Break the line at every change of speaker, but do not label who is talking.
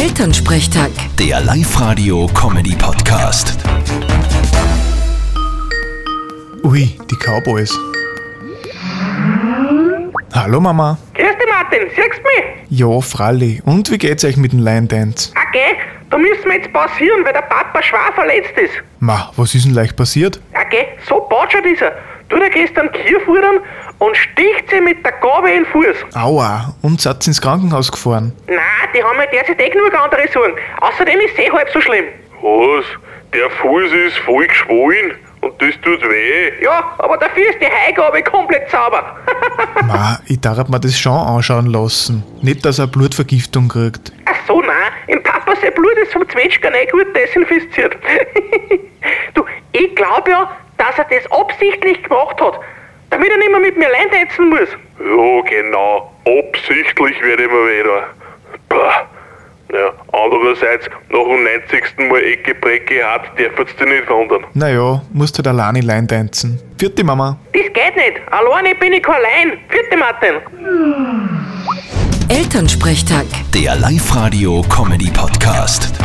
Elternsprechtag.
Der Live-Radio-Comedy-Podcast.
Ui, die Cowboys. Hallo Mama.
Grüß dich, Martin. Siehst du mich?
Ja, Fralli. Und wie geht's euch mit dem Lion Dance?
Okay, da müssen wir jetzt pausieren, weil der Papa schwer verletzt ist.
Ma, was ist denn leicht passiert?
Okay, so patschert ist er. Du, der gehst am Kierfuhren und sticht sie mit der Gabel in den Fuß.
Aua, und seid ins Krankenhaus gefahren.
Nein, die haben ja derzeit eh genug andere Sorgen. Außerdem ist es eh halb so schlimm.
Was? Der Fuß ist voll geschwollen und das tut weh.
Ja, aber dafür ist die Heigabe komplett sauber.
Ma, ich darf mir das schon anschauen lassen. Nicht, dass er Blutvergiftung kriegt.
Ach so, nein. Im Papas Blut ist vom Zwetschgen eh gut desinfiziert. du, ich glaube ja, dass er das absichtlich gemacht hat, damit er nicht mehr mit mir allein tanzen muss.
Ja, genau. Absichtlich werde ich mal wieder. Bah. Ja, andererseits, nach dem 90. Mal Ecke Brecke hat, darf es dich nicht wundern.
Naja, musst halt alleine Lion tanzen. Vierte Mama.
Das geht nicht. Alleine bin ich allein. Vierte Martin.
Elternsprechtag.
Der Live-Radio-Comedy-Podcast.